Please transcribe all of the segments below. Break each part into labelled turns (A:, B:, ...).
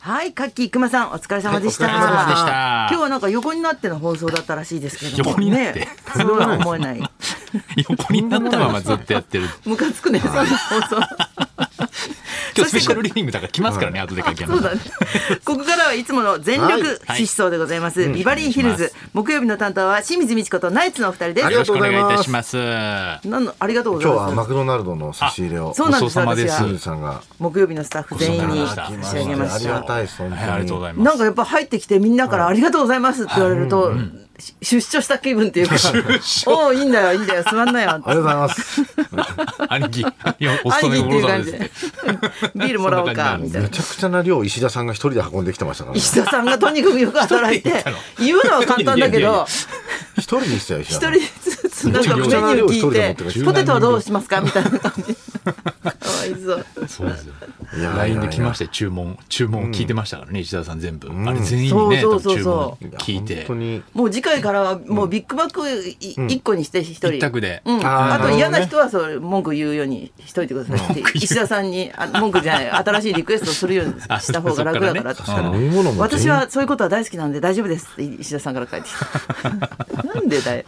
A: はい、カッキーくまさん、お疲れ様でした。
B: はいお疲れ様でし
A: 今
B: た
A: 日はなんか横になっての放送だったらしいですけども。
B: 横になって
A: ね、それは思えない。
B: 横になったままずっとやってる。
A: ムカつくね、そんな放送。
B: 今日スペシャルリーディングだから来ますからね、後で書き
A: そうだね。ここからはいつもの全力疾走でございます。ビバリーヒルズ、木曜日の担当は清水美智子とナイツのお二人で
C: ありが
B: よろし
C: とう
B: くお
C: ござい
B: 願いい
C: ます
B: たします。は
A: す。なんのありがとうござ
C: 今
A: い
C: 日は
A: ま
C: マ
A: す。
C: クドナルドの差し入れを
A: そうなんですよ。
B: ごちそうさ
A: 私
C: 清
B: まです
A: は
C: 水さんが
A: 木曜日のスタッフ全員に
B: ごちそうさ
A: 差
B: まで
A: し上げま
C: あり
A: し
C: が
A: た。
C: たいです本
B: い、
C: 当に
B: ありがとうございま
A: なん
B: す。
A: かやっぱ入ってきてみんなからありがとうございますって言われると、し出所した気分っていうか、おおいいんだよいいんだよ座んなよって
C: ありがとうございます
B: 兄貴、いやお
A: 兄
B: 勤
A: 貴
B: め
A: っていう
B: ご苦労様
A: 感
B: で
A: じ
B: す。
A: で ビールもらおうかみたい
C: め
A: な
C: ちゃくちゃな量石田さんが一人で運んできてましたからね
A: 石田さんがとにかくよく働い
B: 一
A: て
B: 人で
A: 言うのは簡単だけ
B: いやいやいやいや
A: ど
C: 一人でしたよ石
A: 一
C: 田さ
A: 人
C: ん
A: ずつなんかメニュー聞いてポテトはどうしますかみたいな感じかわいそう
B: そうですよ。
C: いや
B: LINE で来ま
C: し
B: したよ、注文。注文聞いてましたからね、石田さん全部。あれ全員
A: そ
B: に
A: う
B: ね、
A: そう
B: 多
A: そ
B: 分
A: う
B: 注
A: そ
B: 文
A: う
B: 聞いて
C: 本当。に
A: もう次回からはもうビッグバッグ1個にして一人
B: 一択で
A: うん、
C: あー
A: あ
C: なるほど
A: と
C: ね
A: 嫌な人はそれ文句言うようにしといてくださいって石田さんにあ文句じゃない新しいリクエストをするようにした方が楽だからって言ったら
B: あそっからね
C: 飲み物も全
A: 私
C: 員
A: はそういうことは大好きなんで大丈夫ですって石田さんから返ってき たなんでだよ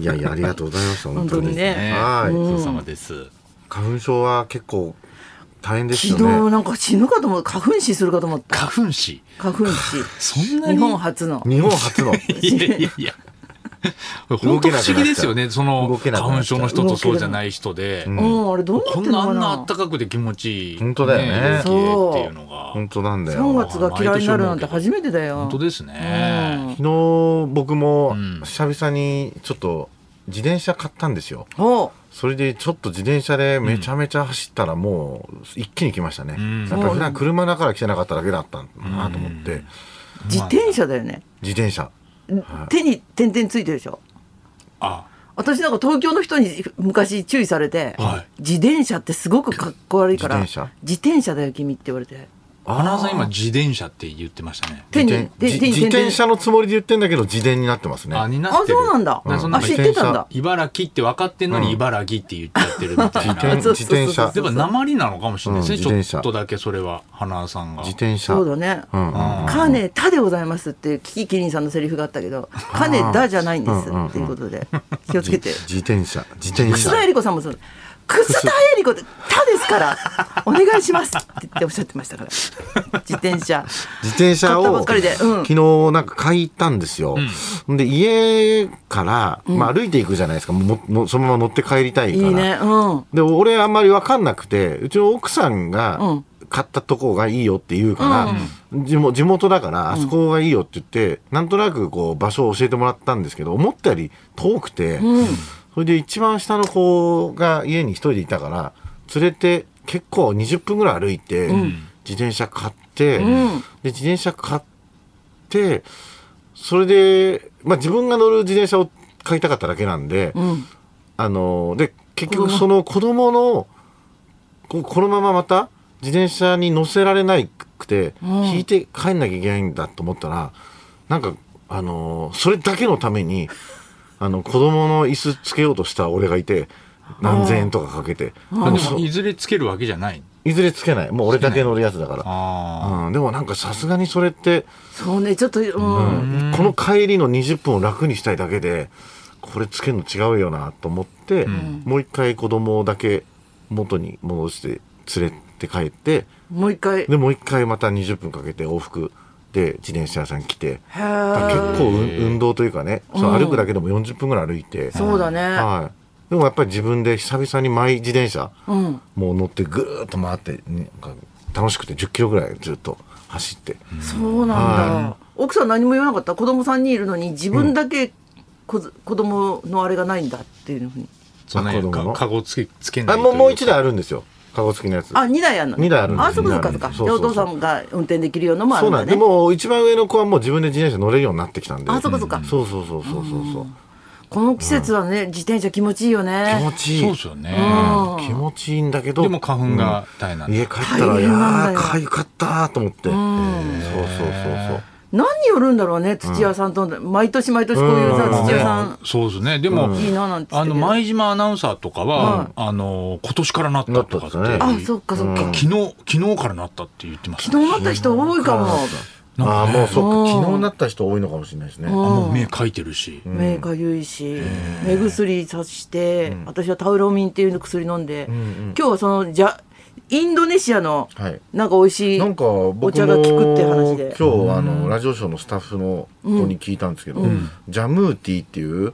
C: いやいやありがとうございました本当
A: 本当に
C: に
A: ね
B: ね
C: はい
B: ご苦労様です。
C: 花粉症は結構大変です
A: 昨
C: よ
A: 日
C: ね
A: なんか死ぬかと思う花粉死するかと思った
B: 花粉死。
A: 花粉死
B: そんな
A: 日
B: に
A: 本初の
C: 日本初 の
B: いやいやいや。本当不思議ですよね。その
C: 動けなくなっちゃう
B: 花粉症の人とそうじゃない人で。
A: うんあれどうなって
B: こ
A: ん
B: んな
A: の
B: あ
A: か
B: ん
A: な
B: なあったかくて気持ちいい。
C: 本当だよね
B: 陽気っていうのが。
C: 本当なんだ
A: 3
C: よ
A: 月が嫌いになるなんて初めてだよ
B: 本当ですね。
C: 昨日僕も
B: ん
C: 久々にちょっと自転車買ったんですよ
A: ほ
C: それでちょっと自転車でめちゃめちゃ走ったらもう一気に来ましたね、
B: ん
C: なんか普段車だから来てなかっただけだったんだなと思って、
A: う自転車だよね
C: 自転車
A: 手に点々ついてるでしょ
B: あ、
A: 私なんか東京の人に昔注意されて、
B: はい
A: 自転車ってすごくかっこ悪いから
C: 自転車
A: 自転車だよ君って言われて
B: 花輪さん今自転車って言ってましたね。
A: 手に
C: 自転
A: 手手に
C: 自転車のつもりで言ってんだけど自転になってますね
B: あ、にな
A: あ
B: ってる。
A: そうなんだ、
B: うん
A: あ
B: そんな
A: 知ってたんだ
B: 茨城って分かってんのに茨城って言っちゃってるみたい
C: 自
B: な。
C: 転
B: や
A: そう
C: 自転
A: そう
C: 車
A: そう
B: っぱ鉛なのかもしれないです
C: うん
B: ね。
C: 自転
B: ち
C: 車
B: ょっとだけそれは花輪さんが。
C: 自転車
A: そうだね、
C: うんうん
B: うん
A: カネタでございますってキキキリンさんのセリフがあったけどカネダじゃないんですっていうことで気をつけて
C: 自転車自転
A: 楠
C: 車
A: 田絵理子さんもそう楠田絵理子って「タですからお願いします」って言っておっしゃってましたから自転車
C: 自転車
A: 買ったばっ
C: を
A: かりでうん
C: 昨日なんか買いに行ったんですよ、で家から、まあ、歩いていくじゃないですかもうもうそのまま乗って帰りたい
A: い
C: か
A: い
C: ら
A: ねうん
C: で俺あんまり分かんなくてうちの奥さん
A: う
C: が
A: ん
C: 買ったとこがいいよって言うから、地元地元だからあそこがいいよって言って、なんとなくこう場所を教えてもらったんですけど思ったより遠くて、それで一番下の子が家に一人でいたから連れて結構20分ぐらい歩いて、自転車買って、
A: ん
C: で自転車買ってそれで、まあ、自分が乗る自転車を買いたかっただけなんで。
A: うん
C: あので結局その子供のここのまままた自転車に乗せられないくて、引いて帰んなきゃいけないんだと思ったらなんかあのそれだけのためにあの子供の椅子つけようとした俺がいて何千円とかかけて
B: まあ
C: でも
B: でも
C: そ
B: いずれつけるわけじゃない。
C: いずれつけないもう俺だけ乗るやつだから。
B: あ
C: うん、でもなんかさすがにそれって、
A: そうねちょっとうん、
C: うんこの帰りの20分を楽にしたいだけでこれつけるの違うよなと思って、もう一回子供だけ元に戻して連れて帰って
A: もう一回へ
C: でもう一回また20分かけて往復で自転車屋さん来てだから
A: え
C: 結構う運動というかねその歩くだけでも40分ぐらい歩いて、
A: そうだね、
C: はい、でもやっぱり自分で久々にマイ自転車
A: うん
C: もう乗ってぐーっと回ってなんか楽しくて10キロぐらいずっと走って。
A: そうなんだ奥さん何も言わなかった子供さんにいるのに自分だけこず子供のあれがないんだっていうふうに
B: あ。そんな
C: あ子供の
B: かカゴつけ、つけない
C: あ
B: とい
C: もうもう
B: か
C: 一台あるんですよカゴ付きのやつ
A: あ2台あるの
C: 二台あるんです
A: あそうかそうかそうか
C: 二台ある
A: じ
C: んです
A: ゃあお
C: そうそうそう
A: 父さんが運転できるようなのもあ
C: そ
A: る
C: うんな
A: だ
C: んで
A: ね
C: すもう一番上の子はもう自分で自転車乗れるようになってきたんで
A: あそうかそうか
C: そうそうそうそうそうそう
A: この季節はね自転車気持ちいいよ
C: 気
A: ね
C: 持ちいい
B: そうですよね。
A: うん
C: 気持ちいいんだけど
B: でも花粉が大変なん
C: うん
B: だ
C: 家帰った
A: 大
C: らい
A: 変
C: や
A: なんだよ
C: ーかゆかったーと思ってそうそうそうそう
A: 何によるんだろうね土屋さんと、毎年毎年こういうさ、
C: うん
A: 土屋さん、
B: そうですね。でも、
A: いいななんて言
B: あ
A: って
B: の、
A: る
B: 前島アナウンサーとかは、あの、今年からなったとかって。
C: なった
A: あそっかそっか、
C: うん
B: 昨日、昨日からなったって言ってました
A: 昨
B: ね。
A: 日なった人多いかも、
B: なん
C: あ
B: か
C: あもうそっ
A: うん
C: か昨日なった人多いのかもしれないですね。
A: うん
B: あもう目かいてるし。
A: 目かゆいし、目薬さして、私はタウロミンっていう薬飲んで、今日はそのじゃインドネシアの
C: はい。
A: なんか美味しい
C: なんか僕も
A: お茶が効くって話で
C: 今日あのラジオショーのスタッフの人に聞いたんですけど、ジャムーティーっていう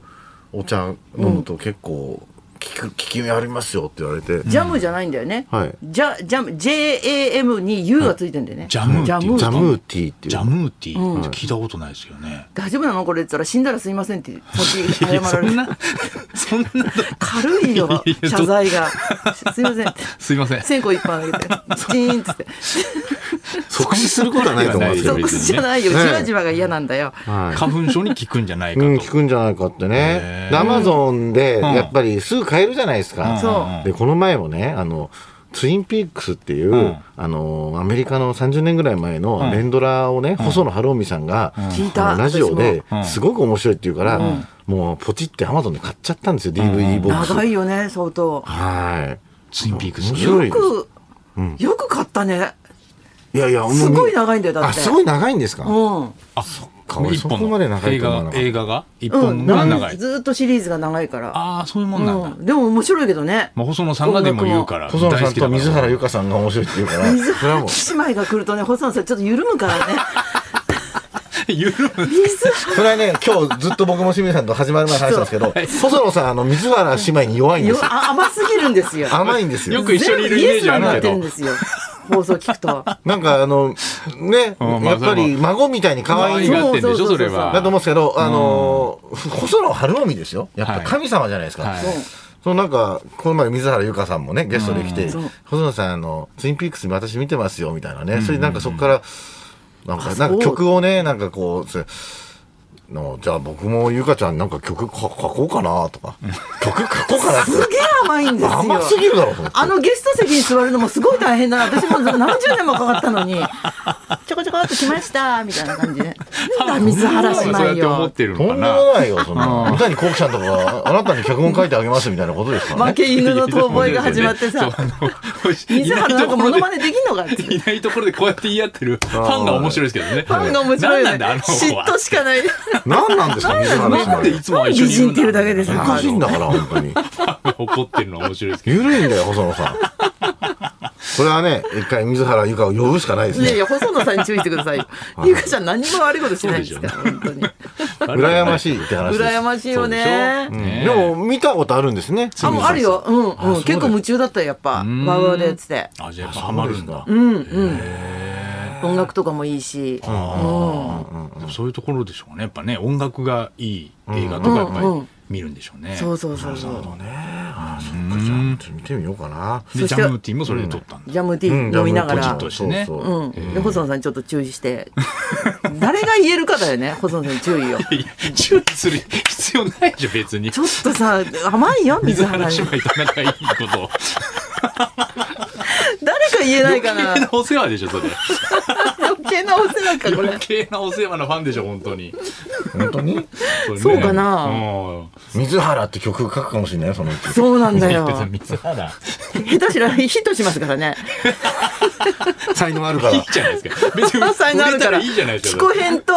C: お茶飲むと結構効く効き目ありますよって言われて、
A: ジャムじゃないんだよね、
C: はい
A: ジャジャム JAM に U がついてんだよね、
B: ジャムーティー
C: ジ
A: ジャ
C: ャ
A: ム
C: ムーティーってい
B: ジャ
C: う
B: ムーティーって聞いたことないですよ ね。
A: 大丈夫なのこれって言ったら死んだらすいませんって先
B: いや
A: に謝ら
B: そ
A: れ
B: ん
A: る
B: な、そんな、
A: 軽いよ
B: いやいや
A: 謝罪がすいません
B: すいません。
A: 線香一本あげてチーンっつって
C: 即死することはないと思います
B: そ
C: よ
B: う。
A: 即死じゃないよ
C: ね
A: じわじわが嫌なんだよ
C: はい
B: 花粉症に効くんじゃないか
C: う
B: と。
C: ん、聞くんじゃないかって
B: へ
C: ね
B: ー。
C: でアマゾンで、
B: ん
C: やっぱりすぐ買えるじゃないですか。
B: うん
A: そう
B: うん
C: で、この前もね、あの、ツインピークスっていう、
B: ん
C: あの、アメリカの30年ぐらい前の連ドラをね、細野晴臣さんが、
A: 聞いた
C: あのラジオで
B: 私もうん、
C: すごく面白いって言うから、もうポチってアマゾンで買っちゃったんですよ、DVD ボックス。
A: 長いよね相当
C: は
B: ツインピークス。
C: 面白い
A: よくよく買ったね
C: い。いやいや、
A: すごい
C: い。
A: 長いんだよだ
C: あ、
A: って
C: すごい長いんですか
A: うん
B: あ、そっ
C: か俺
B: 一本
C: そこまで
B: の
C: 長い
B: 映
C: と思わなか
B: 画が、
C: った
B: 映画が一
A: う
B: 本
A: ん、
B: が
A: なん
B: 長い。
A: ずーっとシリーズが長いから、
B: ああ、そういうもんなんだ。
A: うん、でも面白いけどね
B: まあ、細野さんがでも言うから、
C: 細野さんと
B: 大好きだから
C: 水原由香さんが面白いって言うから、
A: 水
C: それはもう、
A: 原姉妹が来るとね細野さんちょっと緩むからね
B: ゆる む
A: 水
C: それはね、今日ずっと僕も清水さんと始まる前に話したんですけど、細野さん、あの、水原姉妹に弱いんで
A: よ
C: すよ。
A: あ甘すぎるんですよ
C: 甘いんです
B: よ
C: よ。
B: く一緒にいるイメージあるけど
A: 全部イエスマンになってるんですよ放送聞くと
C: なんか、あの、ね、
B: うんまあ
C: やっぱり孫みたいに可愛い
B: 可愛がってんでし
A: そうそうそうそ
B: ょ、
A: う
B: それは。
C: だと思うんですけど、あの、細野晴臣ですよ。やっぱ
B: はい
C: 神様じゃないですか。
B: はい
C: そのなんか、この前水原由香さんもね、ゲストで来て、
A: そう
C: 細野さん、あの、ツインピークスに私見てますよ、みたいなね。それでなんかそこから、なん
A: あ
C: か、なん
A: そう
C: か曲をね、なんかこう、そうのじゃあ僕もゆかちゃんなんか曲か書こうかなとか、曲書こうかなって。
A: すげえ甘いんですよ
C: 甘すぎるだろ、と思って
A: あのゲスト席に座るのもすごい大変だな私も何十年もかかったのにちょこちょこっと来ましたみたいな感じでなんだ水原
B: そう
A: 姉
B: やっ
A: 妹
B: て思っ
A: よ
B: てる
C: とん
B: の
C: でも
B: かな。
C: ないよ、そんな。三谷幸喜さんとかが、あなたに脚本書いてあげますみたいなことですから
A: 負
C: ね。
A: け犬の遠吠えが始まってさ
B: そうあのい
A: 水
B: ない
A: 原なん
B: と
A: か
B: こ
A: モ
B: ろ
A: ノ
B: で
A: マネできんのかって
B: いないところでこうやって言い合ってるファンが面白いですけどね。
A: ファンが面白い
B: なんなんだ、あの子
A: 嫉
B: は。
A: 妬しかない
C: 何なんですか、水原姉
B: なんでい
C: 妹。
B: つもは一緒に
A: 美人っていうだけです
C: お
A: ね
C: かしいんだから、本当に。
B: 怒ってるのは面白いですけ
C: ゆるいんだよ、細野さ ん。これはね、一回水原由香を呼ぶしかないです
A: いやい
C: ね。
A: や細野さんに注意してくださいよゆかちゃん何も悪いことしてないですから本当に
B: ど。
C: 羨ましいって話です。
A: 羨ましいよね
B: そうでしょ
C: うんでも、見たことあるんですね。
A: あもうあるようんうん結構夢中だったよやっぱ
B: ん
A: ワウワウでっつって
B: あ、じゃあやっぱハ
C: ハ
B: マ
C: マ
B: る
C: る
B: ん
C: ん
B: だ
C: だ。。
A: うんうん音楽とかもいいし
B: そういうところでしょうね。やっぱね、音楽がいい映画とかやっぱ
A: うんうん
B: り見るんでしょうね。
A: そうそうそうそう
C: そうね。あ、そっか、じゃあ、ちょっと見てみようかな。
A: そ
B: で、ジ
A: して
B: ャムーティーもそれで撮ったんだ。
A: ジャムティー飲みなが
C: じ
A: ら
C: ゃあ
B: ポチッとしてね
C: そうそう
A: うん、で細野さんにちょっと注意して誰が言えるかだよね細野さんに注 意を
B: いや注意する必要ないじゃん、別に
A: ち。ょっとさ甘いよ水
B: 水原
A: 原
B: 姉
A: に
B: 妹と仲いいことを。
A: 誰か言えないかな
B: 余計なお世話でしょ、それ。
A: 余計なお世話かこれ
B: 余計なお世話のファンでしょ、本当に。
C: 本当に
B: それね
A: そうかな
B: うん
C: 水原って曲書くかもしれないよ、そのうち。
A: そうなんだよ
B: 別に水原。
A: 下手しらヒットしますからね
C: 才能あるから
B: いい。 じゃないですか。 別に
A: 3歳のあ
B: 売
A: る
B: れ
A: か
B: た
A: ら
B: らいいじゃないです
A: チ
B: か。
A: コ編と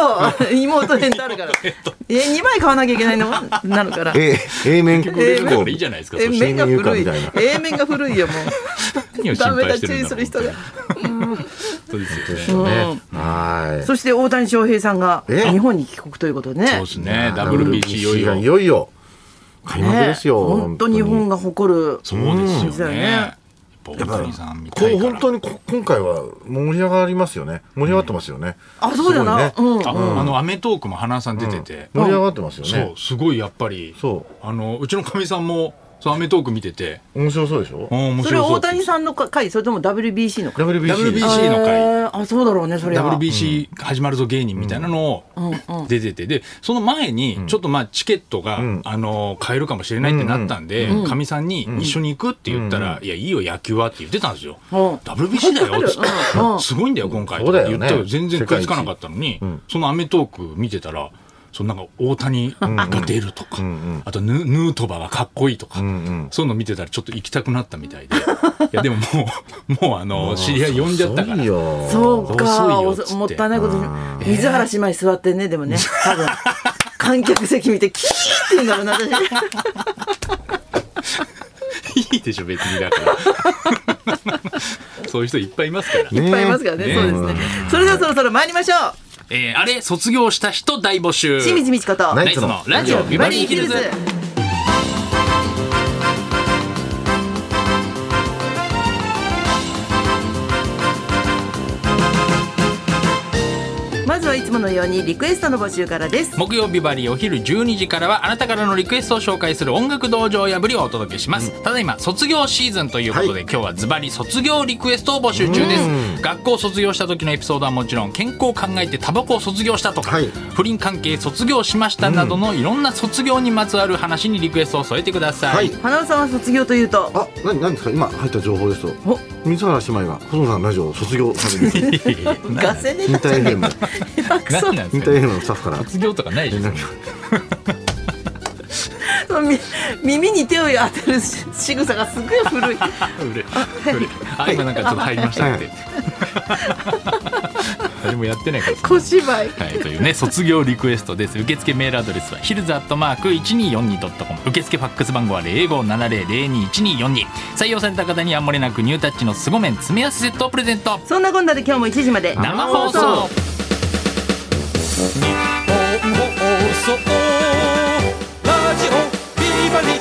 A: 妹編とあるからえ2枚買わなきゃいけないのなるから
C: A、A 面曲
A: え
C: で
A: え
C: す
B: だか
C: よ
B: らいいじゃないですか。
A: え
B: そして
A: 面が古い
C: みたいな
A: A 面が古いよも
B: 何を
A: う
B: 心
A: ダメ
B: 配
A: だ
B: して
A: 注
B: るん
A: 意す
B: だろ
A: る
B: う。
A: 人が
B: そうで
A: う
B: すよね。
A: ん
C: はい。
A: そして大谷翔平さんが
C: え
A: 日本に帰国ということで
B: そう
A: ね
B: ですね。WBC いよいよ。
C: いよいよ開幕
A: ね
C: ですよ。
A: 本当日本が誇る
B: そうです
A: そう
B: よ
A: だよ
B: ね。
A: ね
B: やっぱ大谷さんみ
C: こ
B: た
C: う
B: いから。
C: 本当にこ今回は盛り上がりますよね。盛り上がってますよね。
A: あそうだな、
C: すごい
A: う
C: ね
A: ん
B: ああのアメトークも花さん出てて、
C: 盛り上がってますよ
B: そ
C: ね
B: う。すごいやっぱり
C: そう
B: あのうちのかみさんもそう、アメトーク見てて、
C: 面白そうでしょ
B: あー面
A: それ
B: 白そう。
A: 大谷さんの回それとも WBC の回
C: WBC で
B: WBC の回
A: えーあそうだろうねそれは
B: WBC 始まるぞ芸人みたいなのを出ててでその前にちょっとまあチケットが、
C: ん
B: あの買えるかもしれないってなったんでかみ、さんに「一緒に行く?」って言ったら「いやいいよ野球は」って言ってたんですよ。
A: うん
B: WBC だよっつって
A: うんうん
B: すごいんだよ今回
C: そうだよね
B: 言ったよ全然食いつかなかったのに、その『アメトーク』見てたらそのなんか大谷が出るとか、あとヌヌートバーがかっこいいとか、
C: うん
B: そういうの見てたらちょっと行きたくなったみたいでいやでももうもうあの知り合い呼んじゃったから
C: 遅い。よ
A: そうか
B: 遅いよ
A: お
B: っつって
A: もったいないこと水原姉妹座ってんねでもね多分観客席見てキーって言うんだろうな 私
B: いいでしょ別にだから そういう人いっぱいいますから、
A: いっぱいいますからね
B: ね
A: そうですねそれではそろそろ参りましょ
B: えーあれ卒業した人大募集
A: う清水美智子と
C: ナ
B: ナイツのラジオビバリーヒルズ
A: まずはいつものようにリクエストの募集からです
B: 木曜日バリーお昼12時からはあなたからのリクエストを紹介する音楽道場破りをお届けします、ただいま卒業シーズンということで、
C: はい
B: 今日はズバリ卒業リクエストを募集中です、
C: う
B: 学校卒業した時のエピソードはもちろん健康を考えてタバコを卒業したとか、
C: はい
B: 不倫関係卒業しましたなどのいろんな卒業にまつわる話にリクエストを添えてくださ
C: はい い
A: 花尾さんは卒業というと
C: あ、なに、なにですか、今入った情報ですと
A: お。
C: 水原姉妹が、細野さんのラジオを卒業さ れる。
A: ガセネ
C: イン
A: タ
C: タ
A: じゃ
C: ー
A: ね
C: FM
A: 下手くそ
B: 何なん
C: インター
B: ですかね
C: FM のスタッフから。
B: 卒業とかないでしょ
C: 連絡が
A: そうみ耳に手を当てるし仕草がすごい古い
B: うれうれあ今なんかちょっと入りましたって誰もやってないからそんな
A: 小芝居
B: はい、というね卒業リクエストです受付メールアドレスはヒルズアットマーク 1242.com 受付ファックス番号は0570021242採用された方にはもれなくニュータッチの凄麺詰め合わせセットをプレゼント
A: そんなこんなで今日も1時まで
B: 生放送
D: 日本放送ラジオビバリー